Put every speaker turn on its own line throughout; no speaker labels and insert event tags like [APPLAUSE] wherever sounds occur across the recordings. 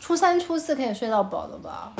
初三、初四可以睡到饱了吧？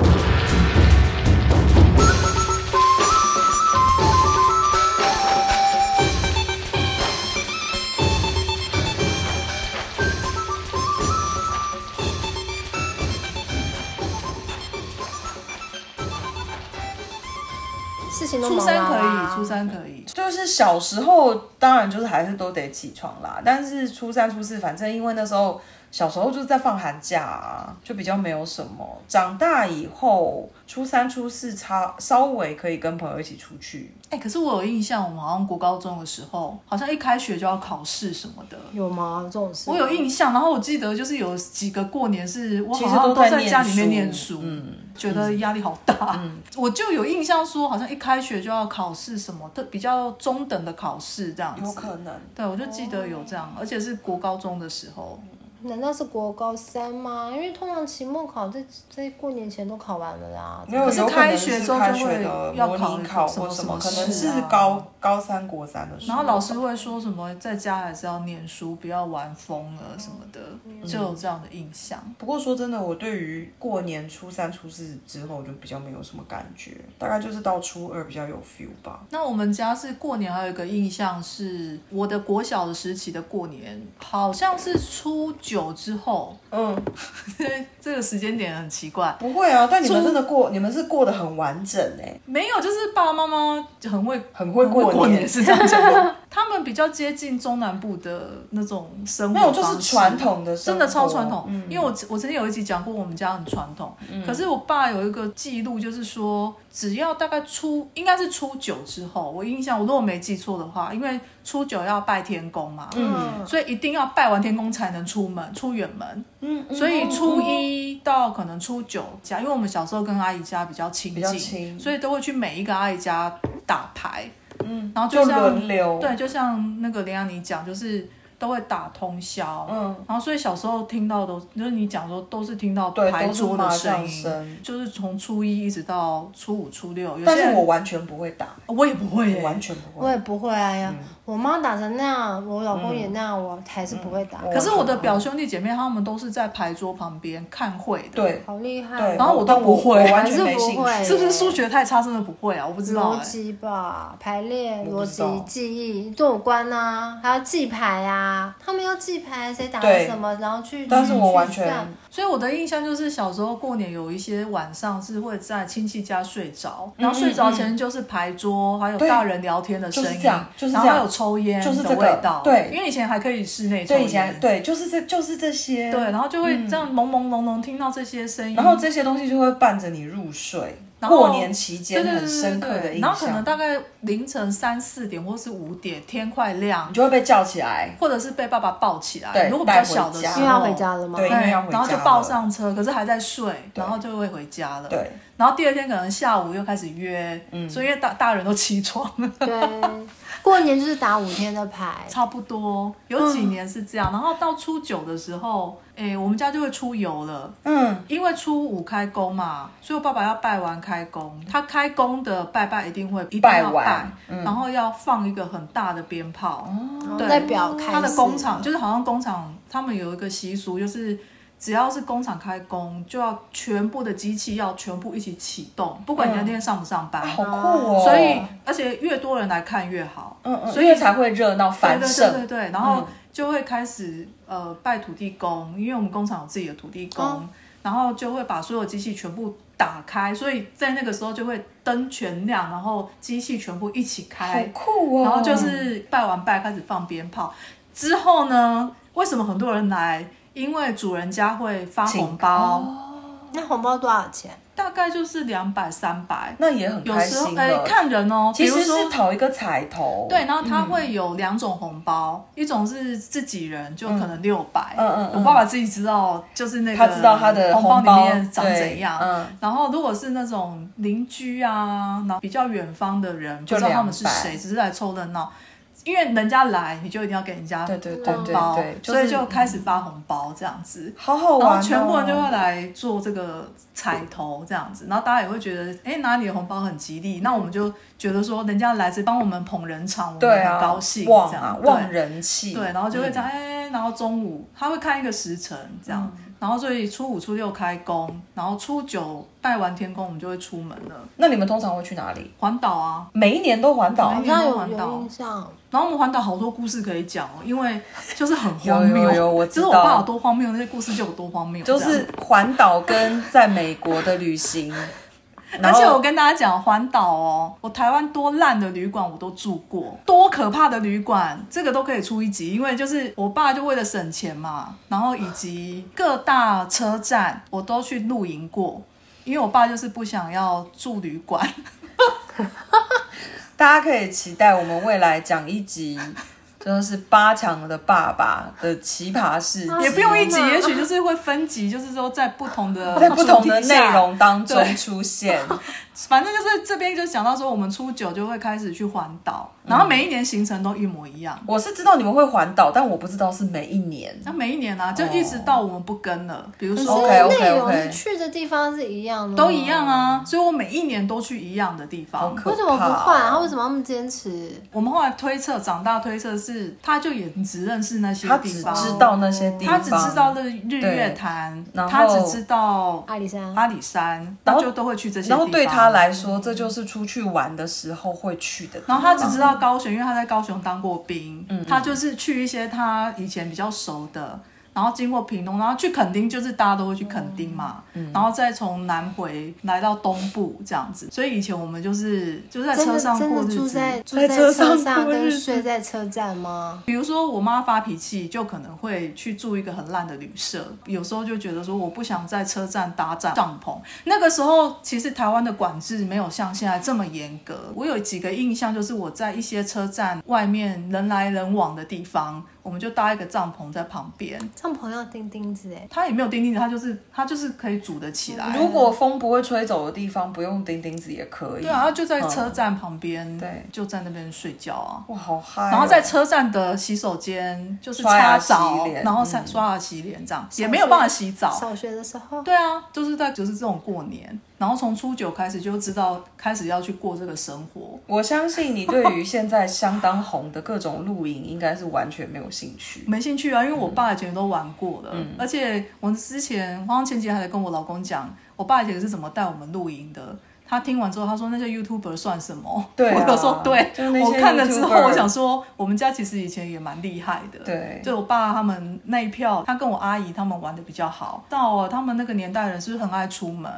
事情都
初
忙
三
啦
可
啦
以，初三可以。
就是小时候，当然就是还是都得起床啦。但是初三、初四，反正因为那时候小时候就是在放寒假啊，就比较没有什么。长大以后，初三、初四差稍微可以跟朋友一起出去。
哎、可是我有印象，我们好像国高中的时候，好像一开学就要考试什么的。
有吗？这种事
我有印象，然后我记得就是有几个过年是我
其
好
实
像
在
在家里面念
书
书，，
嗯，
觉得压力好大。我就有印象说，好像一开学就要考试什么的，比较中等的考试这样
有
子。
可能。哦
对，我就记得有这样，而且是国高中的时候。
难道是国高三吗？因为通常期末考在在过年前都考完了啦。
因为有
可是
可能
开学之后
开
就
学
会
的
要
模
考
拟考
什么
或
什
么，
么
可能
试
是
啊
高高三、国三的时候。
然后老师会说什么，在家还是要念书，不要玩疯了什么
嗯
的，就有这样的印象。
不过说真的，我对于过年初三、初四之后就比较没有什么感觉，大概就是到初二比较有 feel 吧。
那我们家是过年还有一个印象是，我的国小的时期的过年好像是初九之后，
嗯，
这个时间点很奇怪。
不会啊，但你们真的过，你们是过得很完整哎、
没有，就是爸爸妈妈很会
很会过
很过
年。
是这样讲的。 [LAUGHS] 他们比较接近中南部的那种生活
那
方
种
式，
就是传统的生
真
活，
的超传统。
嗯，
因为我我曾经有一集讲过，我们家很传统。可是我爸有一个记录，就是说，只要大概初应该是初九之后，我印象我如果没记错的话，因为初九要拜天公嘛，
嗯，
所以一定要拜完天公才能出门出远门。
嗯，嗯
所以初一到可能初九家，因为我们小时候跟阿姨家比较亲
比较
近，
亲
所以都会去每一个阿姨家打牌。嗯，然后
就
像
轮流，
对，就像那个林安妮讲，就是都会打通宵。
嗯，
然后所以小时候听到都就是你讲说都是听到
对，
牌
都是
桌
麻
的
将
声音，
声。
就是从初一一直到初五、初六。有
但
些
是
人
我完全不会打，
我也不会
我
耶，
完全不
我
会。
也不会啊
嗯
呀，我妈打成那样，我老公也那样，我还是不会打。
嗯
可是我的表兄弟姐妹他们都是在牌桌旁边看会的。
对
好厉害
对，
哦，
然后我都
但我
不会
我完
还是
全没
不
兴趣。嗯
会
是不是数学太差，真的不会啊？我不知道、
逻
哎。
辑吧，排列、逻
我不知道
辑、记忆都有关啊，还要记牌啊。他们要记牌，谁打了
对
什么，然后去。
但是我完全
去算
所以我的印象就是小时候过年有一些晚上是会在亲戚家睡着，然后睡着前就是牌桌，还有
对
大人聊天的声音，
嗯就是这样就是这
然
样
后还有抽烟
就是这
的
个
味道，
对
因为以前还可以室内抽
对以前
烟，
对，就是这就是这些。
对，然后就
嗯
会这样朦朦胧胧听到这些声音，
然后这些东西就会伴着你入睡，
然后
过年期
对
间
对对
很深
对
刻的
对对，
印
然后可能
象，
大概凌晨三四点或是五点，天快亮
你，就会被叫起来，
或者是被爸爸抱起来，
对
如果比较
带回
小的时
家
候，
因为要回家了吗？
对因为要回
然后就
家
抱
了
上车，可是还在睡，
对
然后就会回家了。
对，嗯
然后第二天可能下午又开始约，所以因为大大人都起床 [LAUGHS] 了，
对，过年就是打五天的牌，
差不多有几年是这样。然后到初九的时候，哎，我们家就会出游了，
嗯，
因为初五开工嘛，所以我爸爸要拜完开工，他开工的拜拜一定会一定
拜
要
完嗯
拜，然后要放一个很大的鞭炮，
然后
对
代表开
他的
始
工厂就是好像工厂他们有一个习俗，就是只要是工厂开工，就要全部的机器要全部一起启动，不
嗯
管你那天上不上班。
啊好酷哦，
[LAUGHS] 所以，而且越多人来看越好。
嗯嗯，
所
所
以
以才会热闹
对
繁
对对
盛，
对对，然
嗯
后就会开始呃拜土地公，因为我们工厂有自己的土地公，
哦
然后就会把所有机器全部打开，所以在那个时候就会灯全亮，然后机器全部一起
好
开，
酷哦。
然后就是拜完拜开始放鞭炮，之后呢，为什么很多人来？因为主人家会发
请哦
红包，
那红包多少钱？
大概就是两百三百，
那也很
有
开
时候
心
哎、
了。
看人哦，
其
比如
实
说
是嗯讨一个彩头，
对，，然后它会有两种红包，一种是自己人，就可能六百、
嗯嗯嗯
我爸爸自己知道，就是那个
他知道他的
红
包
包里面长
对
怎样。
嗯，
然后如果是那种邻居啊，然后比较远方的人，不
就
知道他们是
200
谁，只是来凑热闹。因为人家来，你就一定要给人家
对
红
对对
红
对
包，
对，
所以
是
就开始发红包这样子。
好好
然
玩
后
哦，
全部人就会来做这个彩头这样子，然后大家也会觉得，哎，拿你的红包很吉利，那我们就觉得说，人家来这帮我们捧人场，我
对
们很
啊，
高兴，
旺
这
啊
样
旺
对
人气，嗯嗯
对，然后就会这样，哎，然后中午他会看一个时辰这样，然后所以初五、初六开工，然后初九拜完天公，我们就会出门了，
那你们通常会去哪里？
环岛啊。
每一年都环岛
好
啊，
像有
环岛
有印象，
然后我们环岛好多故事可以讲哦，因为就是很荒
有
谬，
有有我知
就是我
道
爸有多荒谬，那些故事就有多荒谬，
就
这
是
样。
环岛跟在美国的旅行。
[LAUGHS] 而
然
且
后
我跟大家讲，环岛哦，我台湾多烂的旅馆我都住过，多可怕的旅馆，这个都可以出一集。因为就是我爸就为了省钱嘛，然后以及各大车站我都去露营过，因为我爸就是不想要住旅馆。
大家可以期待我们未来讲一集，真的是八强的爸爸的奇葩事迹，
也不用一集，
天哪
也许就是会分集，就是说在不同的
哦在不同的
主题下
内容当中
对
出现。 [LAUGHS]
反正就是这边就讲到说，我们初九就会开始去环岛，然
嗯
后每一年行程都一模一样。
我是知道你们会环岛，但我不知道是每一年。
那每一年啊，就一直到我们不跟了，比如
可是
说
OK，OK，OK
内容去的地方是一样的，
都一样。啊，所以我每一年都去一样的地
哦好
方。
可怕、
为什么不换、啊？为什么他们坚持？
我们后来推测，长大推测是，他就也只认识那些
他
地
只
方，
知道那些地
他
方，
只知道日日月潭，
然后
他只知道
阿里山，
阿里山，
然
他
后
就都会去这些地
然
方。
后对他来说，这就是出去玩的时候会去的地
然
方。
后他只知道高雄，因为他在高雄当过兵，
嗯
他就是去一些他以前比较熟的，然后经过屏东，然后去垦丁，就是大家都会去垦丁嘛，
嗯
然后再从南回来到东部这样子。所以以前我们就是就是在
真
车
的
上
真
过
的
日
住
子。
在住
在车
车
上过日
跟
子
睡在车站吗？
比如说我妈发脾气，就可能会去住一个很烂的旅社，有时候就觉得说我不想在车站搭帐帐篷。那个时候其实台湾的管制没有像现在这么严格。我有几个印象，就是我在一些车站外面人来人往的地方，我们就搭一个帐篷在旁边。
帐篷要钉钉子哎，
它也没有钉钉子，它就是它就是可以组得起来。
如果风不会吹走的地方，不用钉钉子也可以。
对啊，它就在车站旁边，
对
就在那边睡觉啊。
哇，好嗨哦、
然后在车站的洗手间就是
刷牙
擦
洗
澡
脸，
然后刷刷牙嗯洗脸这样，也没有办法洗澡。
小学的时候，
对啊，就是在就是这种过年，然后从初九开始就知道开始要去过这个生活。
我相信你对于现在相当红的各种露营，应该是完全没有兴趣。
[LAUGHS] 没兴趣啊，因为我爸以前都玩过了，而且我之前好像前几天还在跟我老公讲，我爸以前是怎么带我们露营的。他听完之后，他说那些 YouTuber 算什么？
对啊
[LAUGHS] 我有说对
就是那，些
我看了之后，
YouTuber
我想说，我们家其实以前也蛮厉害的。
对
就我爸他们那一票，他跟我阿姨他们玩的比较好。到了他们那个年代的人是不是很爱出门，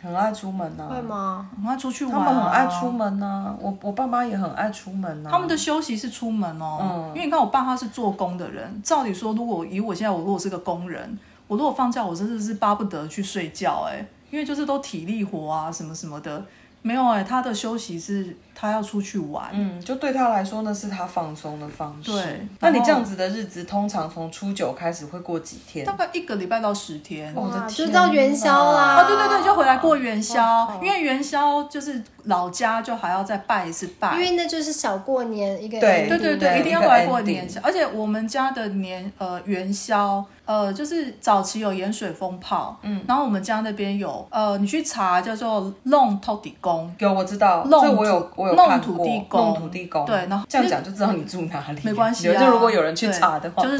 很爱出门呐、
会吗？
很爱出去玩、
他
啊？
们很爱出门呐、我我爸妈也很爱出门呐、啊嗯
他们的休息是出门哦，因为你看我爸他是做工的人，照理说，如果以我现在我如果是个工人，我如果放假，我真的是巴不得去睡觉哎、因为就是都体力活啊什么什么的，没有哎、他的休息是他要出去玩，
嗯，就对他来说那是他放松的方式。
对
那你
然后
这样子的日子，通常从初九开始会过几天哦
大？概一个礼拜到十天。
我的
哇
天
就到元宵啦！
哪
啊，对对对，就回来过元
哇
宵
靠，
因为元宵就是老家就还要再拜一次拜，
因为那就是小过年一个
对
ending
对对对，
对
一定要
一个
回来过
ending
年宵，而且我们家的年呃元宵，呃就是早期有盐水风炮，嗯，然后我们家那边有呃，你去查叫做弄透底宫，
有，我知道，
弄
这我有我有
弄
看
土
过
地公
弄土地公，
对然后
这样讲就知道你住哪里，
没关系啊
就如果有人去
对
查的话，
就是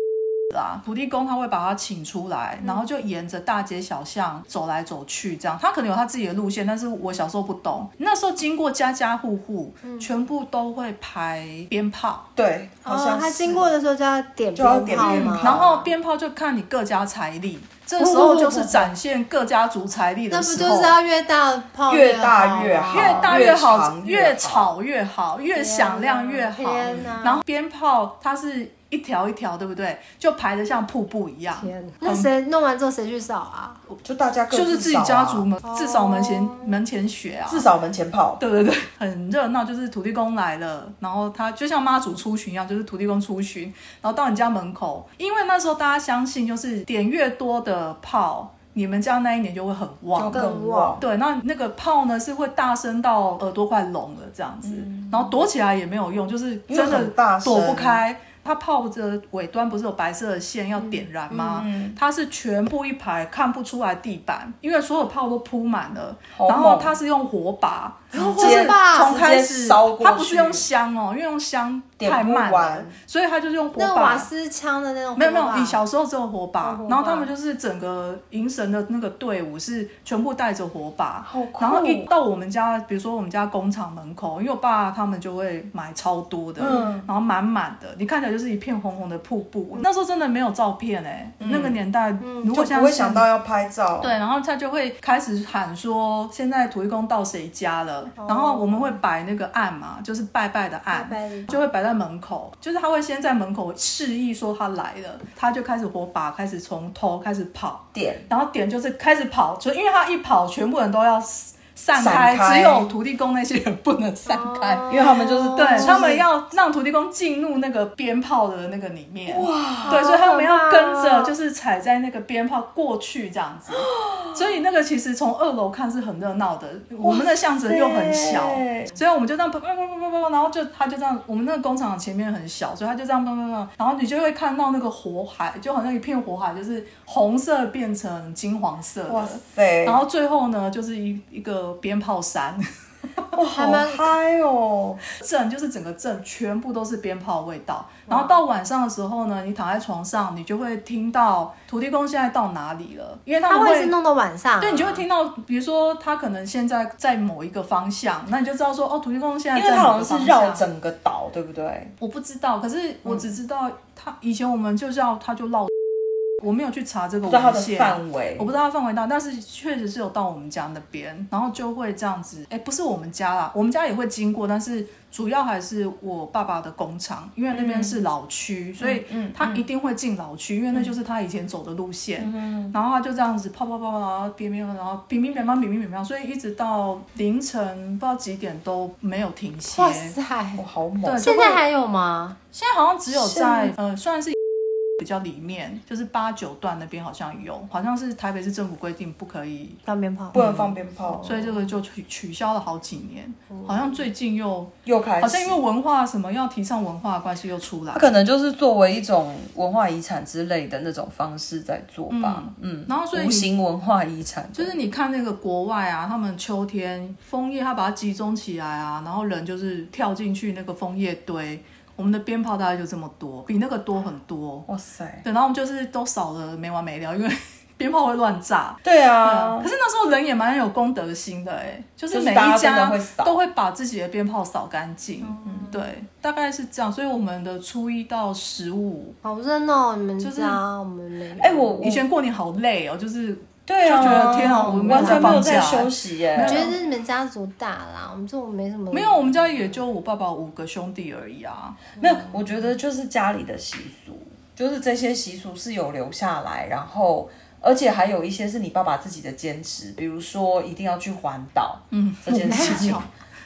[LAUGHS] 啊，土地公他会把它请出来，然后就沿着大街小巷走来走去，这样。他可能有他自己的路线，但是我小时候不懂，那时候经过家家户户，
嗯
全部都会排鞭炮，
对，好像
哦，
是
他经过的时候就要点
就要
鞭炮
点鞭
吗？
炮
嗯然后鞭炮就看你各家财力，这时候就是展现各家族财力
那
的
不
时
就
候。
是要越大炮
越大越
好吗？
好
越大
越
好
长，越好
越吵越好，越响亮越好。
啊天啊哪
然后鞭炮它是一条一条，对不对？就排得像瀑布一样。
天啊哪，那谁弄完之后谁去扫啊？
就大家各
就是自
自
己
扫啊
家族门，至少门前
哦
门前雪啊，
至少门前跑，
对对对，很热闹，就是土地公来了，然后他就像妈祖出巡一样，就是土地公出巡，然后到你家门口，因为那时候大家相信，就是点越多的炮，你们家那一年就会很
就
旺。
更
更
旺
旺。
对，那那个炮呢是会大声到耳朵快聋了这样子，
嗯
然后躲起来也没有用，就是
因为
真的
很大声
躲不开。它炮的尾端不是有白色的线要点燃
嗯
吗？它是全部一排看不出来地板，因为所有炮都铺满了，
好
然后
猛
它是用火把，
火
就是
哦把
从开
直接
始
烧过去
它不是用香哦，因为用香太
点
慢
不完
所以他就是用火
那种瓦
把。
斯枪的那种火把，
没有没有，你小时候只有火把
哦火，把
然后他们就是整个迎神的那个队伍是全部带着火把，
好酷
然后一到我们家，比如说我们家工厂门口，因为我爸他们就会买超多的，
嗯
然后满满的，你看起来就是一片红红的瀑布。那时候真的没有照片哎、那个年代，如
嗯就不
果现在
会
是
想到要拍照。
对，然后他就会开始喊说，现在土地公到谁家了？
哦
然后我们会摆那个案嘛，就是拜拜的案，
拜拜的
就会摆在门口，就是他会先在门口示意说他来了，他就开始火把开始从头开始跑，
点，
然后点就是开始跑，就因为他一跑，全部人都要散
散
开，
开
只有土地公那些人不能散开。
哦
因为他们就是
对
是
他们要让土地公进入那个鞭炮的那个里面，
哇，啊
对，所以他们
好
要
可怕
跟
哦
着，就是踩在那个鞭炮过去这样
[GASPS]
子。所以那个其实从二楼看是很热闹的，我们的巷子又很小，所以我们就这样啪啪啪啪啪啪，然后就他就这样，嗯我们那个工厂前面很小，所以他就这样啪啪啪，嗯然后你就会看到那个火海，就好像一片火海，就是红色变成金黄色
哇
的。
塞，
然后最后呢，就是一一个鞭炮山，
哇，好嗨哦！
镇就是整个镇全部都是鞭炮的味道。然后到晚上的时候呢，你躺在床上，你就会听到土地公现在到哪里了，因为他
他
们
会是
会。
弄到晚上啊，
对，你就会听到，比如说他可能现在在某一个方向，那你就知道说，哦，土地公现在
因为
在
它
某
好
个
像
方
是
向。
绕嗯整个岛，对不对？
我不知道，可是我只知道他以前我们就叫他就绕，我没有去查这个
不知道它
文
的
献，
范围
我。不知道它范围大，但是确实是有到我们家那边，然后就会这样子。哎，不是我们家啦，我们家也会经过，但是主要还是我爸爸的工厂，因为那边是老
嗯
区，所以
嗯
他一定会进老区，因为那就是他以前走的路线。
嗯
嗯
然后他就这样子泡泡泡，然后边边，然后乒乒乓乓，乒乒乓乓，所以一直到凌晨不知道几点都没有停歇。
哇塞
哇，，好
对，
猛！
就
现
会
在还有吗？
现在好像只有在
现
呃，虽然是比较里面，就是八九段那边好像有，好像是台北市政府规定不可以，
放鞭炮
不，能放鞭炮，
所以这个就取取消了好几年，好像最近又
又开始。
好像因为文化什么要提倡文化的关系又出来
它。可能就是作为一种文化遗产之类的那种方式在做吧，嗯，
然后所以
无
你
形文化遗产
就是你看那个国外啊，他们秋天枫叶，它把它集中起来啊，然后人就是跳进去那个枫叶堆。我们的鞭炮大概就这么多，比那个多很多。
哇塞，
对，然后我们就是都少的没完没了，因为 [LAUGHS] 鞭炮会乱炸。
对
对
啊
啊，可，是那时候人也蛮有公德心的哎、就是
就是
每
大
一
家真的
家
会扫
都会把自己的鞭炮扫干净，嗯，对，大概是这样。所以我们的初一到十五，
好热闹，你们
就是
家我们没有。
哎我
以前过年好累哦，就是
对啊，
就觉得天啊我没有
完全没有
在
在
放假
休息耶、
我觉得这是你们家族大啦，我们这种没什么。
没有，我们家也就我爸爸五个兄弟而已啊。
没有，我觉得就是家里的习俗，就是这些习俗是有留下来，然后而且还有一些是你爸爸自己的坚持，比如说一定要去环岛，嗯，这件事
[LAUGHS]
情。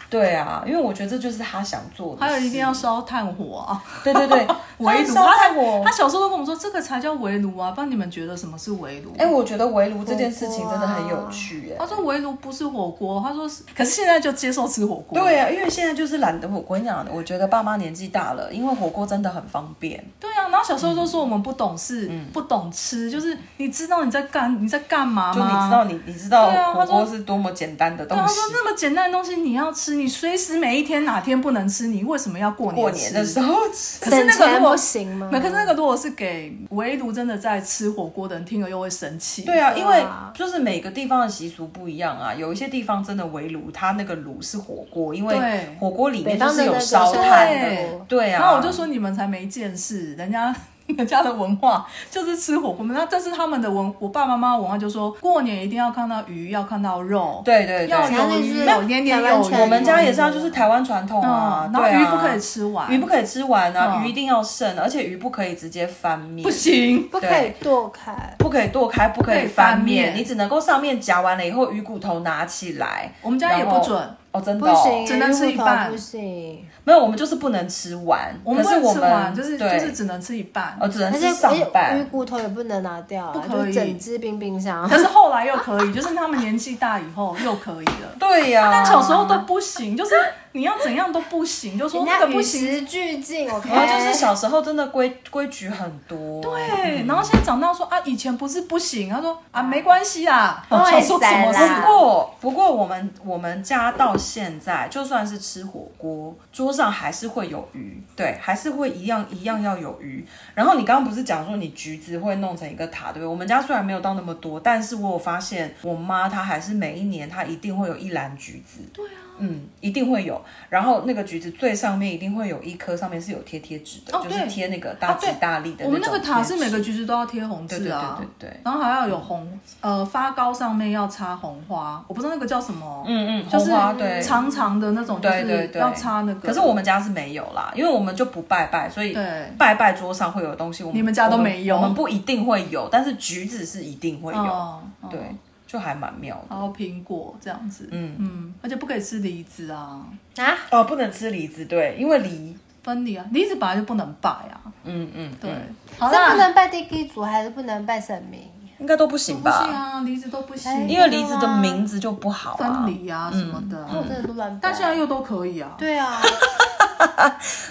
对啊，因为我觉得这就是他想做的事，
还有一定要烧炭火啊，
对对对，
围炉。
他哦还烧
[LAUGHS] 他
炭火
他小时候都跟我们说，这个才叫围炉啊，不然你们觉得什么是围炉？
哎、我觉得围炉这件事情真的很
啊
有趣耶、
他说围炉不是火锅，他说是，可是现在就接受吃火锅。
对啊，因为现在就是懒得火锅。我跟你讲，我觉得爸妈年纪大了，因为火锅真的很方便。
对啊，然后小时候都说我们不懂事、
嗯
不懂吃，就是你知道你在干你在干嘛
就你
吗？
知道你，你知道
对啊
火
他说
锅是多么简单的东
对啊他
西
说。那么简单的东西你要吃，你随时每一天哪天不能吃，你为什么要过年
过
吃
年的时候吃，
可是那个
省
如
钱
果
不行吗
没有可是那个如果是给唯独真的在吃火锅的人听了又会生气。
对啊，因
对
为
啊
就是每个地方的习俗不一样啊，有一些地方真的围炉，它那个炉是火锅，因为
对
火锅里
北
面就
方的那
是有
个
烧
是
炭
对
的，对啊。
然后我就说你们才没见识，人家 [LAUGHS] 人家的文化就是吃火锅，那但是他们的文，我爸爸妈妈的文化就说过年一定要看到鱼，要看到肉，
对对
要
对，
家
有
那
鱼，
是
要年年有
台湾
余。
传
我们家也是啊，就是台湾传统啊
嗯，，然后
对啊
鱼不可以吃完，
鱼不可以吃完啊，
嗯
鱼一定要剩，而且鱼不可以直接翻面，
不行。
不可以剁开，
不可以剁开，不可以翻
不可以翻面
你只能够上面夹完了以后，鱼骨头拿起来。
我们家也
然后
不准，
哦，真
不
的哦、
行，
只能吃
鱼
一半
骨头不行。
没有，我们就是不能吃完，
我们
可
不
是
能
我
吃
们
完，就是就
对
是只哎能吃一半。
哦，只能
而
吃上
且鱼
半。
骨头也不能拿掉啊，
不可以
就整只冰冰箱
可。是后来又可以，就是他们年纪大以后又可以了。
对呀、
但小时候都不行，就是你要怎样都不行，就说
人家
那个不
与
行。
时俱进，我
然后
看
就是小时候真的规规矩很多，对
哎对，然后现在长大说啊，以前不是不行，他说啊没关系啦，
都会
想说什么
塞啦
事
不？过，不过我们我们家到现在，就算是吃火锅，桌上还是会有鱼，对，还是会一样一样要有鱼。然后你刚刚不是讲说你橘子会弄成一个塔，对不对？我们家虽然没有到那么多，但是我有发现，我妈她还是每一年她一定会有一篮橘子，对啊，嗯，一定会有。然后那个橘子最上面一定会有一颗，上面是有贴贴纸的，
哦
就是
对
贴那个大
啊
吉
对
大利的
我们那
种
个塔
贴
是每
纸
个橘子都要贴红
对
字
对
啊，
对对对。
然后还要有红呃发糕上面要插红花，我不知道那个叫什么，
嗯嗯，
就
红花
是
对
长长的那种，就
对对
是
对，
要插那个。
可是我们家是没有啦，因为我们就不拜拜，所以
对
拜拜桌上会有东西，我们
你们家都
我
没有
我们不一定会有，但是橘子是一定会有，
哦，哦
对，就还蛮妙的。
然后苹果这样子，
嗯
嗯，而且不可以吃梨子啊，
啊，
哦，不能吃梨子，对，因为梨，
分离啊，梨子本来就不能拜啊，
嗯嗯，
对
嗯，
好
这
啦，
不能拜地基主，还是不能拜神明？
应该都不行
不行
吧？
啊，梨子都不行，
哎
因为梨子的名字就不好啊
分，离啊什么
嗯
的，
我真的都乱拜。
但现在又都可以啊，
对啊，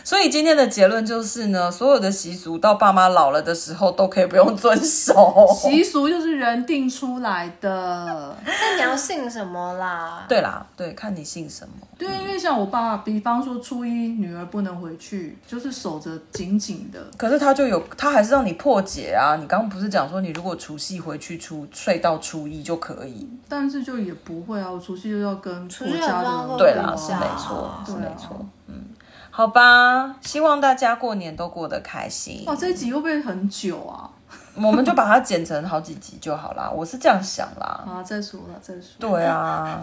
所以今天的结论就是呢，所有的习俗到爸妈老了的时候都可以不用遵守。
习俗就是人定出来的。
那你要信什么啦？
对啦，对，看你信什么。
对，因为像我爸，比方说初一女儿不能回去，就是守着紧紧的。
可是他就有，他还是让你破解啊！你刚刚不是讲说，你如果除夕回去初睡到初一就可以？
但是就也不会啊，我除夕就要跟婆
夕
家
很忙
的
哦
对
人
啦，
啊
是没错，是
对啊
没错。嗯，好吧，希望大家过年都过得开心
哇，。这一集会不会很久啊？
我们就把它剪成好几集就好啦，我是这样想啦。
啊，再说了，再说。
嗯对啊，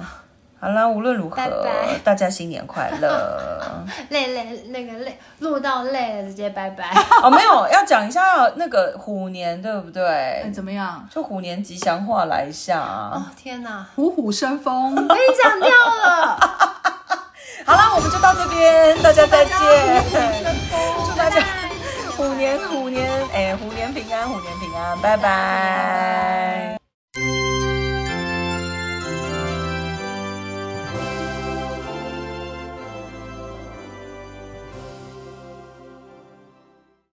好啦，无论如何，
拜拜
大家新年快乐。
累累那个累，录到累了直接拜拜。
哦，没有，要讲一下那个虎年，对不
哎，
对？
怎么样？
就虎年吉祥话来一下啊。
哦天哪，
虎虎生风，
被你讲掉了，
好啦，我们就到这边，大家再见。
祝
大
拜
家
拜
虎年虎年，哎、虎年平安，虎年平安，拜拜。